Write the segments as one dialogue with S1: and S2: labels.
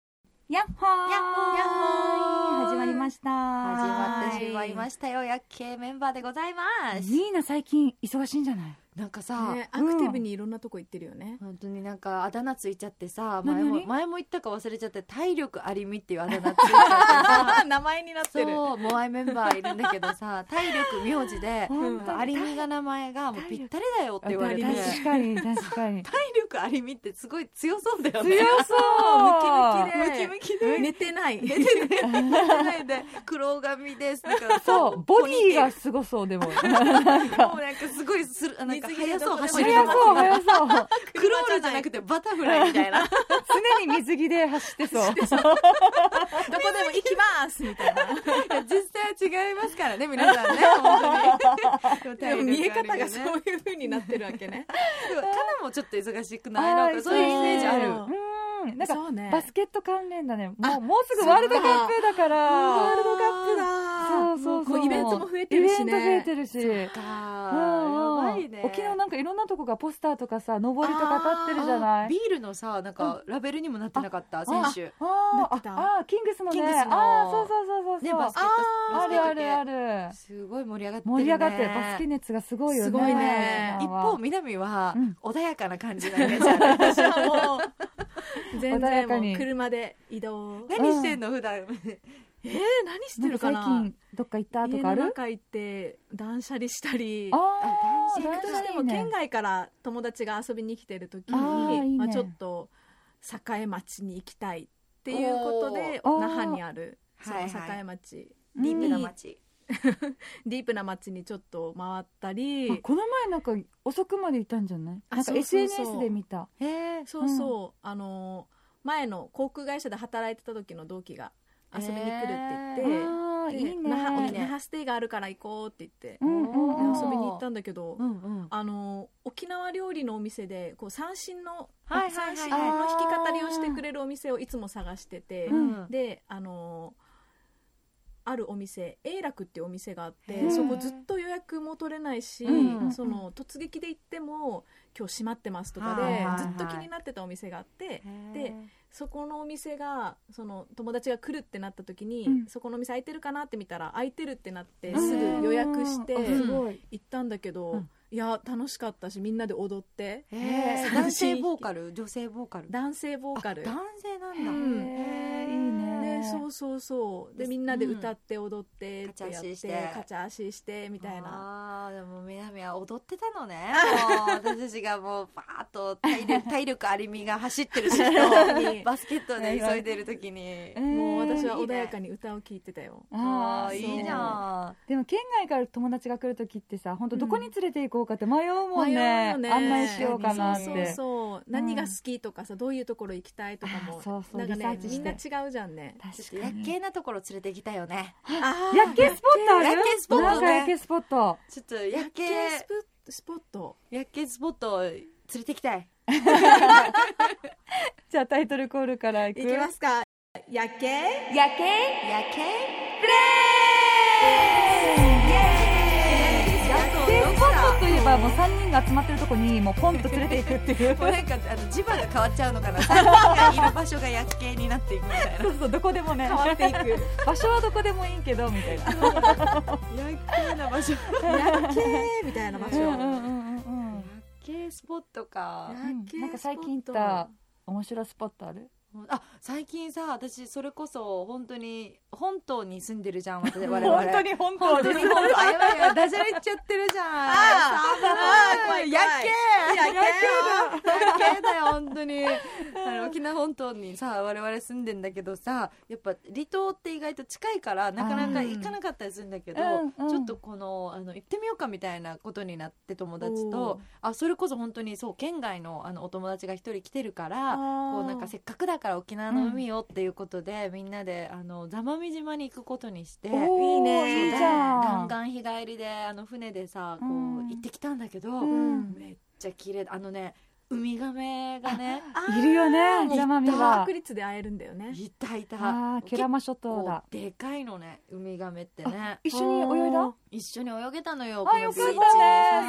S1: やっほーやっ
S2: やっほー
S1: ほー始まりました
S2: 始まってしまいま
S1: し
S2: したよ夜景メンバーでございます
S1: ニーナ最近忙しいんじゃない
S2: なんかさ、
S3: ね、アクティブにいろんなとこ行ってるよね、
S2: 本当になんかあだ名ついちゃってさ
S1: な
S2: 前
S1: な
S2: も
S1: に
S2: 前も言ったか忘れちゃって体力ありみっていうあだ名ついちゃっ てさ
S3: 名前になっ
S2: そうモアイメンバーいるんだけどさ体力名 字で
S1: 本
S2: なん
S1: 当
S2: か
S1: に
S2: ありみが名前がもうぴったりだよって言われて
S3: あり
S1: 確か に確かに
S2: 体力ありみってすごい強そうだよね
S1: 強そう
S2: ムキムキで
S3: 寝てない
S2: 寝てね寝てないで黒髪ですだから
S1: そうボディがすごそう でも
S2: もうなんかすごいするなんか
S3: 水着で
S2: 速そう走
S1: 速
S2: る
S1: そう速 そう
S2: クロールじゃなくてバタフライみた いな
S1: 常に水着で走ってそう
S3: どこでも行きますみたいな
S2: 実際は違いますからね皆さん ね本当
S3: でも
S2: に
S3: 見え方が そう
S2: でも
S3: いう風になってるわけね
S2: カナもちょっと忙しく
S1: あ
S2: ない
S1: ー
S2: なんかそういうイメージある
S3: そう
S1: うんなんか
S3: そうね
S1: バスケット関連だねも
S3: あ
S1: うもうすぐワールドカップだから
S3: ワールドカップ
S1: そ
S3: だ
S1: うそう
S3: も
S1: そう
S3: こイベントも増えてるしね
S1: イベント増えてるし
S2: あーやばいね
S1: 沖縄なんかいろんなとこがポスターとかさ上りとか立ってるじゃな
S2: あ
S1: い
S2: ビールのさなんかラベルにもなってなかった選手ね
S1: あ
S3: な
S1: ー
S3: ってた
S1: あーキングスのね
S2: キングスの
S1: あーそうそうそうそうそう、
S2: バスケット
S1: あ
S2: バスケ
S1: る
S2: ッ
S1: あ
S2: ト系
S1: るある
S2: すごい盛り上がってるね
S1: 盛り上がってるバスケ熱がすごいよね
S3: すごいね
S2: 一方南は
S1: うん
S2: 穏やかな感じなんでじゃあ
S3: 私はもう全
S1: 穏や
S3: 然
S1: か
S3: も
S1: に
S3: う車で移動え
S2: 何してんの普段
S3: 何し
S1: な
S3: て
S1: んか
S3: るか
S1: 最
S3: な
S1: 近どっか行ったとかあ
S3: 家の
S1: る
S3: 中行って断捨離したり
S1: あー
S2: あ断
S3: どう
S2: 捨
S3: して
S1: 断捨
S3: も
S1: 離ね
S3: 県外から友達が遊びに来てる時に
S2: あー
S1: いいね
S3: まあ、ちょっと栄町に行きたいっていうことで
S1: おー
S3: 那覇にあるその
S2: はいはい
S3: 栄町
S1: うん
S2: ディープな
S3: に
S2: 街
S3: ディープな町にちょっと回った
S1: あ
S3: り
S1: この前なんか遅くまで行ったんじゃない
S3: あ
S1: なんか
S3: そうそうそう
S1: SNS で見た
S2: へえ
S3: そうそう、あのー前の航空会社で働いてた時の同期が遊びに来るって言って
S2: え
S1: あ、ー
S3: で
S1: いいね
S3: 那覇
S2: いいね
S3: 那覇ステイがあるから行こうって言って、
S1: うんうん
S3: で
S1: うん
S3: 遊びに行ったんだけど、
S2: うんうん
S3: あの沖縄料理のお店でこう三振の、
S2: はいはいはい
S3: 三振の弾き語りをしてくれるお店をいつも探してて、
S1: うん
S3: であのあるお店永楽っていうお店があっ
S2: へ
S3: て
S2: ー
S3: そこずっと予約も取れないし、
S1: うん
S3: その突撃で行っても今日閉まってますとか
S2: はいはい
S1: はい
S3: でずっと気になってたお店があってでそこのお店がその友達が来るってなった時に、
S1: うん
S3: そこのお店空いてるかなって見たら空いてるってなって
S2: うん
S3: すぐ予約して。
S1: あすごい
S3: 行ったんだけど、
S1: うん
S3: いや楽しかったしみんなで踊って
S2: へえ
S3: 三
S2: 男
S3: 振
S2: 性ボーカル女性ボーカル
S3: 男性ボーカル
S2: あ男性なんだ、
S3: う
S1: へ
S3: ん
S1: えいいね
S3: ね、そうそうそう
S2: で
S3: で
S2: す
S3: みんなで歌って踊ってってや
S2: カ
S3: っ
S2: チャ
S3: て
S2: 足して
S3: カチャ足してみたいな
S2: あーでも南は踊ってたのねもう私たちがもうパーッと体力体力ありみが走ってる時とバスケットで急いでる時に
S1: えー
S3: もう私は
S2: えーいい
S3: 穏
S2: ね
S3: やかに歌を聴いてたよ
S1: あ
S2: あ
S1: あ
S2: ー
S1: い
S3: そう
S2: いい
S1: い
S2: じ
S1: じゃん
S2: ゃん
S1: でも県外から友達が来るときってさ本当どこに連れて行こうかって迷うもんね,、
S3: 迷うよね
S1: 案内しようかなって
S3: そうそうそう何が好きとかさどういうところ行きたいとか
S1: あ
S3: も
S1: そうそう
S3: なんか
S1: リサー
S3: ね
S1: チ
S3: み
S1: し
S3: ん
S1: て
S3: な違うじゃんね
S2: ちょっと
S1: 確か
S2: 夜
S1: に
S2: 景なところ連れて行きたいよね
S3: あー
S1: 夜景スポットある
S2: 夜景スポットね
S1: なんか夜景スポット
S2: ちょっと夜景
S3: 夜景スポスポット
S2: 夜景スポット連れて行きたい
S1: じゃあタイトルコールから行く
S3: 行きますか夜
S1: 夜
S3: 景
S1: 景
S2: 夜景
S1: プレイ夜景スポットといえばもう3人が集まってるとこにもうポンと連れて行くって いう
S2: もうなんかあの磁場が変わっちゃうのかな3人がいる場所が夜景になっていくみたいな
S1: そうそうどこでもね
S3: 変わっていく
S1: 場所はどこでもいいけどみたいな
S2: 夜景な場所
S3: 夜景みたいな場
S2: う
S3: 所
S2: んう
S1: うんうん
S2: 夜景スポットか
S3: 夜景
S1: なんか最近行っ
S3: スポッ
S1: た
S3: ト
S1: 面白いスポットある
S2: あ最近さ私それこそ本当に本島に住んでるじゃん私我々
S1: 本当に本当
S2: 本
S1: に
S2: 当に本当あやばいやばいダジャレ言っちゃってるじゃん
S3: あー
S2: 寒い
S3: 怖い怖い
S2: 夜景
S3: 夜景
S2: 夜景だよ本当にあの沖縄本島にさ我々住んでんだけどさやっぱ離島って意外と近いからなかなか行かなかったりするんだけど、
S1: うんうん
S2: ちょっとこのあの行ってみようかみたいなことになって友達
S3: おー
S2: とあそれこそ本当にそう県外のあのお友達が一人来てるからこうなんかせっかくだから沖縄の海をっていうことで、みんなであの座間味島に行くことにして
S1: おー
S3: いいね
S1: いいじゃ
S2: 弾
S1: ん
S2: 丸日帰りであの船でさこう
S1: うん
S2: 行ってきたんだけど、
S1: う
S2: めっ
S1: ん
S2: ちゃ綺麗だあのねウミガメがね
S1: いるよね
S3: もう
S1: ジャマミは
S3: 確率で会えるんだよね
S2: いたいた
S1: あーケラマ諸島だ
S2: 結構でかいのねウミガメってね
S1: 一緒に泳いだ
S3: あー
S2: 一緒に泳げたのよ
S1: あ、よかっ
S2: ビーチ
S1: た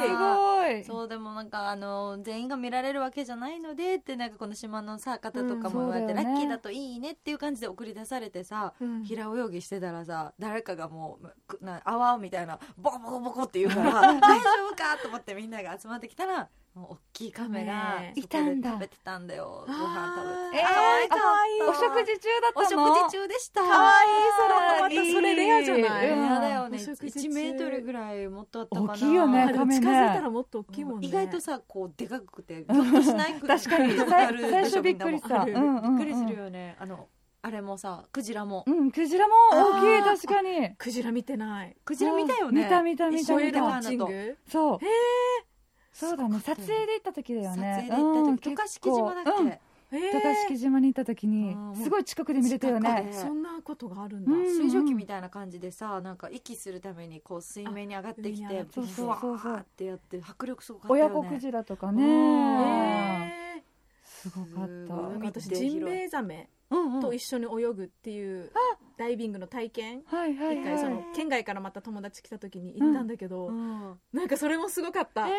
S1: ね。
S2: です
S1: ごい。
S2: そうでもなんかあの全員が見られるわけじゃないのでってなんかこの島のさ方とかも言われて、
S1: うんそうだよね
S2: ラッキーだといいねっていう感じで送り出されてさ、
S3: うん
S2: 平泳ぎしてたらさ誰かがもうくな泡みたいなボコボコボコって言うから大丈夫かと思ってみんなが集まってきたらもう大きいカメが
S3: ね
S1: え
S2: そこで
S1: いたんだ
S2: 食べてたんだよご飯食べて
S1: え
S3: あー
S1: ー
S2: 可愛かった
S1: お食事中だったの
S2: お食事中でした
S1: かわいいそ
S3: あ
S1: れ
S3: ーそれレアじゃない
S2: レ
S1: うん
S2: アだよね
S3: お食事中
S2: 1メートルぐらいもっとあったかな
S1: 大きいよね
S2: あ
S3: あ
S2: で
S3: で
S2: も
S3: も
S1: 亀
S3: 近づ
S1: ね
S3: いたらもっと大きいもんね
S2: 意外とさこうでかくてぎょっとしないく
S1: 確か に
S2: ことあ
S1: 最
S2: るでしょ
S1: 最初びっくりした。
S2: みん
S1: う
S2: なも
S1: んうんうん
S2: びっくりするよねあのあれもさクジラも
S1: うん、クジラも大きい、
S3: あー
S1: 確かに。
S3: クジラ見てない
S2: クジラ見たよね
S1: 見た見た見
S2: 一
S1: た
S2: 緒に
S1: 見
S2: いた
S1: た。
S3: ウォッチング
S1: そう。
S3: へー
S1: そうだね、
S2: すご
S1: 撮
S2: かったよ
S1: 影で行った時だよ
S2: 撮
S1: ね。
S2: 影で行った時
S1: うん
S2: 渡嘉敷島だっけ、
S1: うん
S3: へ
S1: 渡嘉敷島に行った時に
S2: あーもう
S1: すごい近くで見れたよ
S2: 近く
S1: ね
S2: で
S3: そんなことがあるん
S1: うん
S3: だ
S2: 水蒸気みたいな感じでさなんか息するためにこう水面に上がってき
S3: あ上に
S2: て
S3: 上がって
S1: きて
S2: ブワーってやって迫力すごかったよ
S1: 親
S2: ね
S1: 子クジラとか
S2: うん
S1: ね
S3: へー
S1: すごかっ
S2: す
S1: た
S2: ごい
S3: なんか
S2: 見
S3: 私
S2: て広い
S3: ジンベエザメ
S2: うんうん
S3: と一緒に泳ぐっていうダイビングの体験
S1: はいはいは
S3: 一回
S1: い
S3: そ
S1: シン
S3: の県外からまた友達来た時に行ったんだけど、
S2: うん
S3: なんかそれもすごかった、
S1: ベエ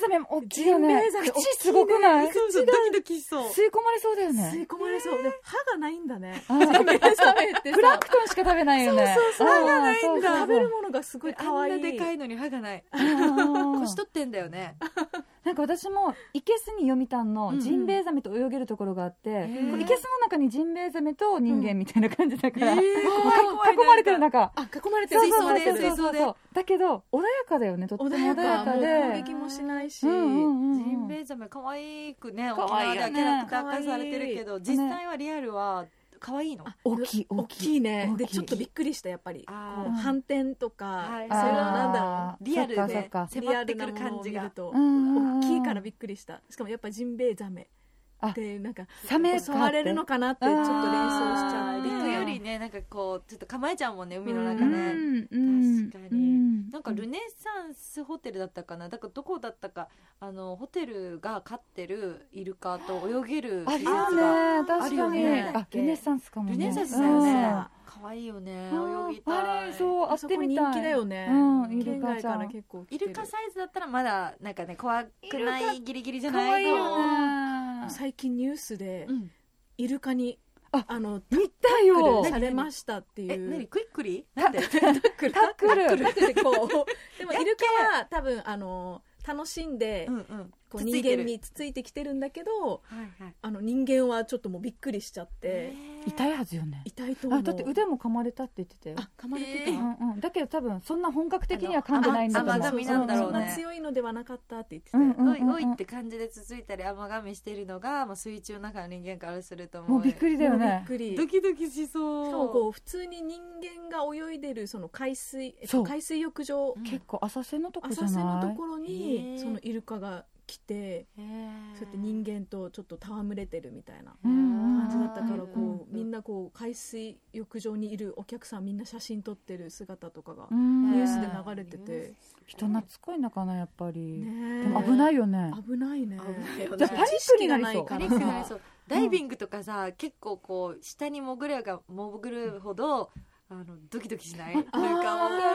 S1: ザメも大きいよ
S3: ジン
S1: ね
S3: ベエザメ大きいね
S1: 口すごくない吸い
S2: そうそうドキドキしそう
S1: 込まれそうだよ
S3: 吸い
S1: ね
S3: 込まれそう、でも歯がないんだね
S1: あー
S3: ジンベエザメってさ
S1: プランクトンしか食べないよねそうそうそうないん
S3: 食べるものがすごい可愛い
S2: あんなでかいのに歯がない腰取ってんだよね
S1: なんか私も生けすに読谷
S2: うんう
S1: の
S2: ん
S1: ジンベエザメと泳げるところがあって
S2: ー
S1: こう生けすの中にジンベエザメと人間みたいな感じだから
S3: え
S1: か囲まれてる中
S3: あ囲まれてる
S1: そう
S2: 水
S1: そう
S2: 槽で
S1: そうそう
S2: 水槽で
S1: そうだけど穏やかだよねとっても
S3: 穏
S1: 穏
S3: や
S1: や
S3: か
S1: か
S3: もう攻
S1: で
S3: 撃もしないし、
S1: うんうんうん
S2: ジンベエザメ可愛くね沖
S1: 可愛
S2: 縄
S1: い
S2: で
S1: よ
S2: は
S1: ね
S2: キャラクター化されてるけど実際はリアルは可愛いの
S3: あ
S1: 大きい
S3: 大きいね
S1: 大きい
S3: でちょっとびっくりしたやっぱりこ
S2: あー
S3: う反転とか、
S2: はい
S3: そういうのなんだろ
S1: あー
S2: リアル
S1: そっかそっ
S2: で
S1: か
S2: 迫ってくる感じ
S3: リアル
S2: が
S3: なものを
S1: うんうんうん
S3: 見ると大きいからびっくりしたしかもやっぱジンベエザメ
S1: あ
S3: ってなんか
S1: サメ
S3: 襲われるのかなってちょっと連想しちゃ
S1: う
S3: っ
S1: ん
S3: て
S2: 行くよりねなんかこうちょっと構えちゃうもんね海の
S1: う
S2: 中
S1: ん
S2: ね
S1: うん
S2: 確かに
S1: うん
S2: なんかルネサンスホテルだったかなだからどこだったかあのホテルが飼ってるイルカと泳げる
S1: あ
S2: 施設
S1: る
S2: が
S1: よね
S3: あ
S1: 確
S2: る
S1: か
S2: よ
S1: に
S2: ね
S1: あルネサンスかもね
S2: ルネサンスだよね
S1: う
S2: 可愛いよね
S1: ん
S2: 泳ぎた
S1: あれ
S2: い
S1: そう会
S3: あ
S1: っ
S3: そ
S1: て
S3: こ
S1: み
S3: 人
S1: たい
S3: 気だよね、
S1: うんイル
S3: 県
S1: カ
S3: 外
S1: ちゃ
S3: か
S1: ん
S3: ら結構来
S2: イ
S3: てる
S2: ルカサイズだったらまだなんかね怖くないギリギリじゃ
S1: 可
S2: ない
S1: 愛い
S2: の
S1: よね
S3: 最近ニュースで
S2: うん
S3: イルカに
S1: あ
S3: あのタ
S1: 見たよ
S3: ックルされましたっていう
S2: え何クイックリなんで
S3: タックル
S1: タックル
S3: タックルでこうでもイルカは多分あの楽しんで、
S2: うんうん
S3: こう
S2: つつい
S3: 人
S2: てる
S3: 間につついてきてるんだけど
S2: はいはい
S3: あの人間はちょっともうびっくりしちゃって
S1: 痛いはずよね
S3: 痛いと思
S1: あ
S3: う
S1: だって腕も噛まれたって言ってたよ
S3: あ噛まれて
S2: え
S3: た、
S2: ー
S1: うんうんだけど多分そんな本格的には噛んでないんだと思う
S2: 甘噛みなんだろうね
S3: そんな強いのではなかったって言ってた
S1: う
S3: よ、
S1: んうん
S2: おい
S1: うん
S2: おい
S1: うん
S2: って感じで続いたり甘噛みしてるのが、まあ、水中の中の人間からするとも
S1: も
S2: う
S1: うびっくりだよね
S3: もうびっくり
S2: ドキドキしそう
S3: しかもこう普通に人間が泳いでるその海水、えっ
S1: そう
S3: と、海水浴場
S2: うん
S1: 結構浅瀬のとこじゃ
S3: 浅
S1: ない
S3: 瀬のとこ
S2: へ
S3: ろに
S2: ー
S3: そのイルカが来て
S2: へー
S3: そうやって人間とちょっと戯れてるみたいな
S1: うん
S3: 感じだったから
S1: うん
S3: こうみんなこう海水浴場にいるお客さんみんな写真撮ってる姿とかが
S1: う
S3: ニ
S1: ん
S3: ュースで流れてて
S2: うん
S1: 人懐っこいのかなやっぱり、
S3: ね
S1: でも危ないいよね
S3: 危ないね
S2: 危ないよね
S1: じゃあパニックになりそう
S3: 知識が
S2: パ
S3: な
S2: ニ
S3: い
S2: ック
S3: か
S2: にな
S3: ら
S2: りそうダイビングとかさ結構こう下に潜れば潜るほどあのドキドキしないなんか
S3: あー
S2: もう
S1: わか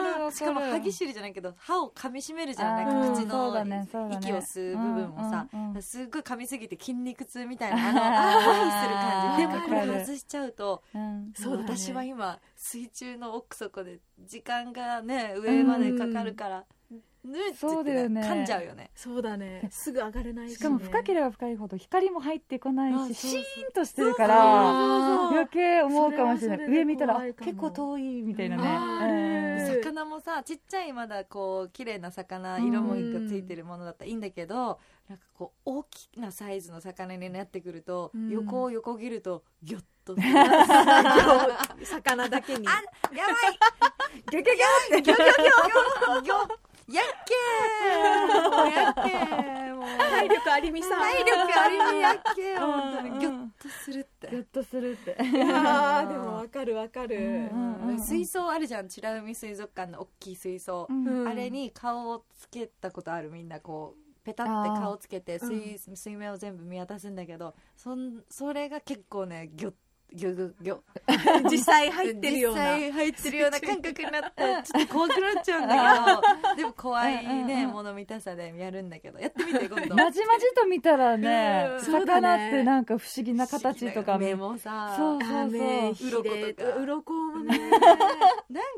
S1: るわかる
S2: しかも歯ぎしりじゃないけど歯を噛みしめるじゃん
S1: あ
S2: な
S1: ー
S2: んか口
S1: そうだねそうだね
S2: の息を吸う部分もさ
S1: うんうんうん
S2: すっごい噛みすぎて筋肉痛みたいなあのあ
S1: あ
S2: の麻
S1: ー
S2: 痺する感じでもこれ外しちゃうと
S1: うん
S3: そうだね
S2: 私は今水中の奥底で時間がね上までかかるから、ぬっつって
S1: そうだよね
S2: 噛んじゃうよね
S3: そうだねすぐ上がれないし、ね、
S1: しかも深ければ深いほど光も入ってこない
S2: あそう
S1: し
S2: そう
S1: シーンとしてるか
S3: そう
S1: ら
S3: そうそう
S1: 余計思うかもしれない
S3: それはそれで
S1: 上見たら
S3: 怖いかも
S1: 結構遠いみたいな
S3: あーあ
S1: ね
S3: る
S2: 魚もさちっちゃいまだこう綺麗な魚色もついてるものだったらいいんだけど、なんかこう大きなサイズの魚になってくると、
S3: うん
S2: 横を横切るとギョッとするやばい
S3: 魚だけに
S2: あ
S1: ギョギョギョって
S2: ギョギョギョギョギョやっけーもうやっけーもう
S3: 体力ありみさん
S2: 体力ありみやっけー本当
S1: う
S2: に
S1: ん
S2: ギョッとするって
S1: ギョッとするって
S3: あーでもわかるわかる、
S1: うんうん
S2: 水槽あるじゃん美ら海水族館の大きい水槽、
S3: うん
S2: あれに顔をつけたことあるみんなこうペタって顔つけて
S3: ー
S2: 水,、水面を全部見渡すんだけどそんそれが結構ねギョッぎょぎょぎょ
S3: 実際入ってるような
S2: 実際入ってるよ うな感覚になってちょっと怖くなっちゃうんだけどでも怖い
S1: うんうんう
S2: ね
S1: ん
S2: もの見たさでやるんだけどやってみて今度
S1: まじまじと見たらね
S2: うん
S3: そうだね
S1: 魚ってなんか不思議な形とか
S2: 目もさ
S1: そうそう
S3: あ目
S2: うろことか
S3: 鱗もね
S2: なん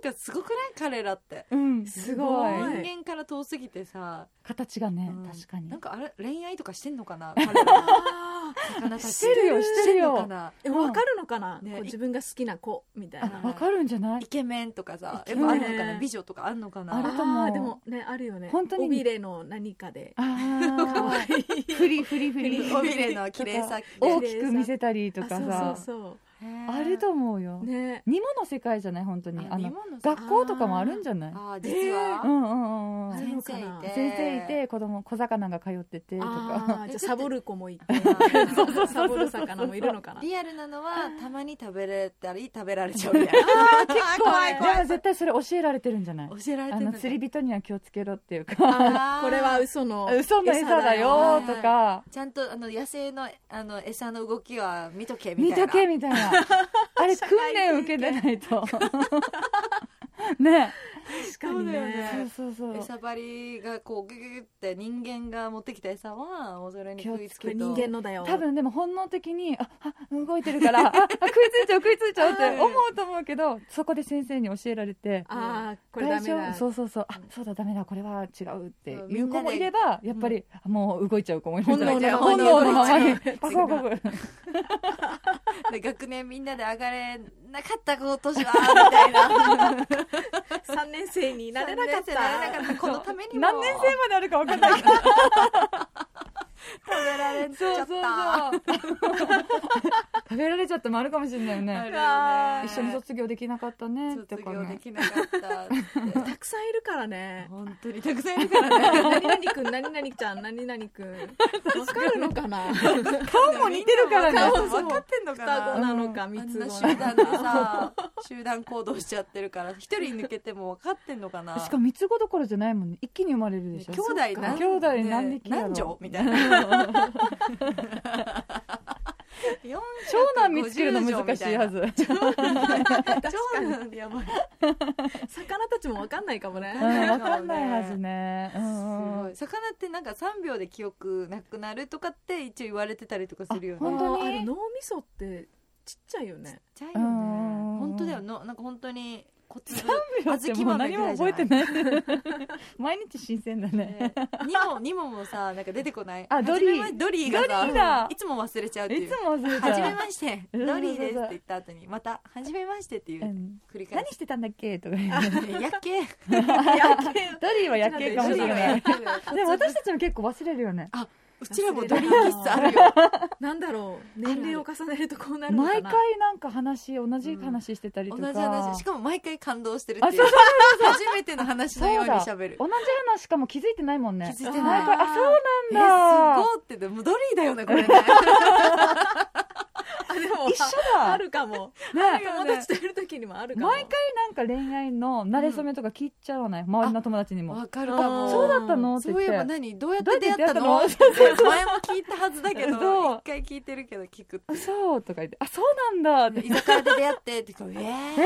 S2: かすごくない彼らって
S1: うん
S3: す
S1: す
S3: ご
S1: ご
S3: い
S1: い
S3: は
S2: 人間から遠すぎてさ、
S1: 形がね
S2: うん
S1: 確かに
S2: なんかあれ恋愛とかしてんのかな彼ら
S3: あー
S2: 魚た ち
S1: してるよしてるよ
S2: んのかな
S3: えわかるのかな、
S2: ね
S3: こう自分が好きな子みたい
S1: あ
S3: な
S1: わかるんじゃない
S2: イケメンとかさ
S1: イケ
S2: やっ
S1: メン
S2: ぱあるのかな美女とかあるのか
S1: あ
S2: な
S1: ると
S3: あ
S1: 思う
S3: ーでもねあるよね
S1: 本当に
S3: 尾びれの何かで
S1: ああ
S3: いい
S1: フリフリフリ
S2: 尾びれの綺麗さ
S1: 大きく見せたりとか
S3: あ
S1: さ
S3: そう
S1: あると思うよ
S3: そうそうね
S1: ニモの世界じゃない本当にあの
S2: 学
S1: 学校とかもあるんじゃない
S2: あー実は、
S1: うんうんうんうん
S3: え
S2: 先生いて
S1: 先生いて子供小魚が通っててとか
S3: あーじゃあサボる子もいて
S2: そうそう
S3: サボる魚もいるのかな
S2: リアルなのはたまに食べれたり食べられちゃうみ たいな怖い
S1: じゃ
S2: 怖
S1: あ
S2: い
S1: 絶対それ教えられてるんじゃない
S2: 教えられ
S1: あ
S2: て
S1: の
S2: るのか
S1: 釣り人には気をつけろっていうか
S2: あー
S3: これは嘘の
S1: 嘘の餌だよとか
S2: ちゃんとあの野生のあの餌の動きは見とけみ
S1: 見
S2: たいな
S1: とけみたい なあれ訓練受けてないと ね
S3: 確かに
S1: そ
S3: ね
S1: うそうそう
S2: 餌針がこうグググって人間が持ってきた餌はもうそれに
S1: 気を
S2: 食い
S1: つ
S2: つ
S3: こ
S2: く
S3: れ
S2: と
S3: 人間のだよ
S1: 多分でも本能的にああ動いてるからああ食いついちゃう食いついちゃうって思うと思うけどそこで先生に教えられて
S3: ああこれダメだ
S1: 大丈夫そうそうそうあそうだダメだこれは違うって
S2: そう
S1: いう子もいればやっぱり、もう動いちゃう子もいる
S3: 本能の
S1: 本能のままに
S3: 本能の
S1: バコバコバコ
S2: で学年みんなで上がれなかった今年はみたいな
S3: 3年生になれなかっ
S2: 三年生なれな
S3: た
S2: かったこのためにも
S1: 何年生まであるか分かんないけど
S2: 食べられち
S1: そう
S2: ゃ
S1: そ
S2: っ
S1: うそう
S2: た
S1: 食べられちゃってもあるかもしれないよね
S2: あるよね
S1: 一緒に卒業できなかったねと
S2: 卒
S1: か
S2: 業で
S1: ね
S2: きなかったって
S3: たくさんいるか ら ね
S2: 本当にたくさんいるからね
S3: 何々くん何々ちゃん何々くんわかるのかな
S1: 顔も似てるからね
S3: 顔も
S2: 分かってんのか
S3: 双子
S2: な
S3: なのか
S2: あん
S3: 三
S2: な
S3: つ子
S2: 集
S3: なのか
S2: 団でさ集団行動しちゃってるから一人抜けても分かってんのかな
S1: しかも三つ子どころじゃないもんね一気に生まれるでしょ
S2: 兄弟何
S1: 兄弟何匹やろ
S2: 何女みたいな長
S1: 長男見つけるの難しいはず
S2: 長男やばい
S3: 魚たちもわかんないかもね
S1: うんわかんないはずねう
S2: す
S1: んう
S2: ご
S1: ん
S2: い魚ってなんか3秒で記憶なくなるとかって一応言われてたりとかするよ
S1: あほん
S2: ね
S1: 本当に
S3: あーあれ脳みそってちっちゃいよね
S2: ちっちゃいよね
S1: うん
S2: 本当だよのなんか本当に小粒
S1: だってもう何も覚えてない 毎日新鮮だね
S2: ねニモニモもさなんか出てこない
S1: あドリー
S2: 初めまドリーがさ
S1: ドリーだ
S2: いつも忘れちゃうって
S1: い
S2: いう
S1: つも忘れち
S2: はじめ
S1: ゃう
S2: まして
S1: うん
S2: ドリーですって言った後にまたはじめましてっていううん繰り返
S1: 何し
S2: し
S1: てたんだっけとか 言って
S2: てやっけ
S1: ドリーは夜景かもしれな
S2: や
S1: い
S2: っけ
S1: でも私たちも結構忘れるよね
S2: うちらもドリー喫茶あるよ
S3: なんだろう年齢を重ねるとこうなるのか
S1: 毎
S3: な
S1: 回なんか話同じ話してたりと
S2: 同
S1: か
S2: じ話しかも毎回感動してるっていう
S1: あ
S2: 初めての話のように
S1: そ
S2: 喋
S1: う
S2: る
S1: 同じ話しかも気づいてないもんね
S2: 気づい
S3: あ
S2: て
S3: ー
S2: ない
S1: 毎回あそう
S2: え
S1: なんだ
S2: すごいってでもドリーだよねこれね
S3: あでも
S1: 一緒
S3: あ
S1: だ
S3: るかも
S1: ね
S3: 友達といる時にもあるかも
S1: 毎回なんか恋愛の馴れ初めとか聞いちゃわない周りの友達にも
S2: わかるかも
S1: そうだったのって
S2: そ
S1: 言っ
S2: ういえば
S1: て
S2: 何どうやって出会ったの
S1: どうやっ
S2: 前も聞いたはずだけど
S1: そう
S2: 一回聞いてるけど聞くって
S1: そうとか言ってあそうなんだって
S2: 居酒屋で出会ってってこうえー、
S1: えー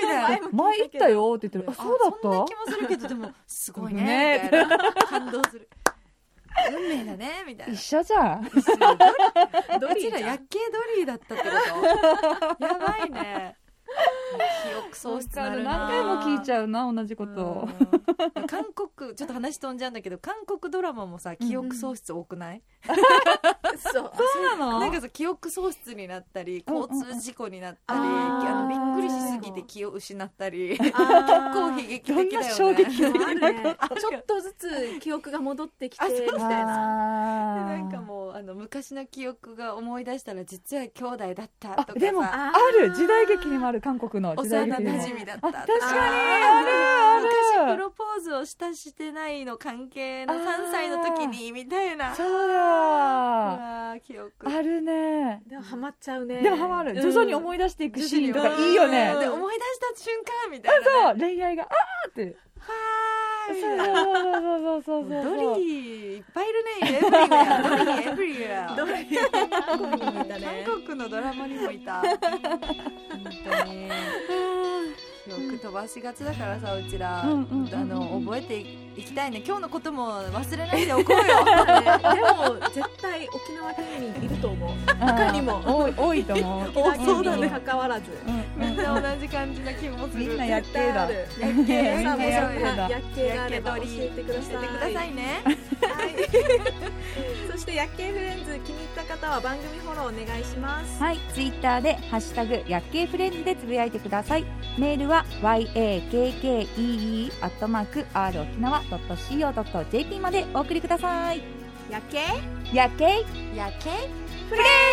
S2: みたいな
S3: 前も聞いたけど
S1: 前行ったよって言ってるあそうだ
S2: そんな
S1: っ
S2: 気もするけどでもすごい
S1: ね
S2: ねみたいな感動する運命だねみたい
S1: た
S2: な
S1: 一緒じゃん
S3: ド
S2: う
S3: リ
S2: ち
S3: ー
S2: ら
S3: ちゃ
S2: 夜
S3: ん
S2: 景ドリーだったってことやば いね記憶喪失
S1: わ
S2: な
S1: か
S2: る
S1: る
S2: な
S1: 何回も聞いちゃうな同じことを
S2: うん韓国ちょっと話飛んじゃうんだけど韓国ドラマもさ記憶喪失多くない、
S3: そう
S1: そうなの
S2: なんかさ記憶喪失になったり
S1: うんうん
S2: 交通事故になったり、
S3: あ
S1: ー
S2: あのびっくりしすぎて気を失ったり結構
S3: あ
S2: 悲劇
S1: ど
S2: 的だよ
S1: ん
S2: ね
S1: な衝撃
S3: ーあるねちょっとずつ記憶が戻ってきて
S2: あそう
S3: みたいな
S2: で
S1: な
S2: なんかもうあの昔の記憶が思い出したら実は兄弟だったと
S1: あ
S2: かさ
S1: でも
S3: あ
S1: あ
S3: ー
S1: る時代劇にもある韓国の時代
S2: 幼
S1: 劇にも
S2: 馴
S1: あ
S2: 染みだった
S1: 確
S2: とか
S1: かにある
S2: 昔
S1: あ
S2: プ
S1: る
S2: ロポーズをしたしてないの関係の3歳の時にみたいなう
S1: そうだ
S2: わー記憶
S1: あるね
S3: でもハマっちゃうね
S1: でもハマる徐々に思
S3: い
S1: い出していく
S2: 徐
S1: シ
S2: 々
S1: ー
S2: に
S1: ンとかいいよ
S2: う
S1: ね
S2: んで思い出した瞬間みたいなね
S1: そう恋愛があーって
S2: はみ
S1: そ
S2: たいうな
S1: そうそうそうそうそう
S2: ドリーいっぱいいるねエブリウェアドリーエブリウェア
S3: どれ韓国にいたね
S2: 韓国のドラマにもいた本当によく飛ばしがちだからさうちら、
S1: うんうんうん
S2: あの覚えていきたいね今日のことも忘れないでおこうよ
S3: ねでも絶対沖縄県民いると思う他にも
S1: 多い多いと思う
S3: 沖縄
S2: そう
S3: 県
S2: だ
S3: 民に
S2: ね
S3: かかわらず
S1: うんう
S2: みん
S1: ん
S2: な同じ感じな気もする
S1: みんなやってるだ
S3: 絶
S2: やっけ
S1: みん
S3: さ
S2: やっ
S3: あ
S1: な
S2: け
S3: もし
S1: やっ
S2: や
S1: てる
S2: っけ
S1: だ
S3: やっけがあれば教えてくだ
S2: 教えてく
S3: さ
S2: だ
S3: い
S2: さいね
S3: そして「薬系フレンズ」気に入った方は番組フォローお願いします
S1: はい、ツイッターで「ハッシュタグ薬系フレンズ」でつぶやいてくださいメールは yakkee.r.okinawa.co.jp までお送りください
S3: 薬系
S1: 薬系
S2: やっけ
S1: フレンズ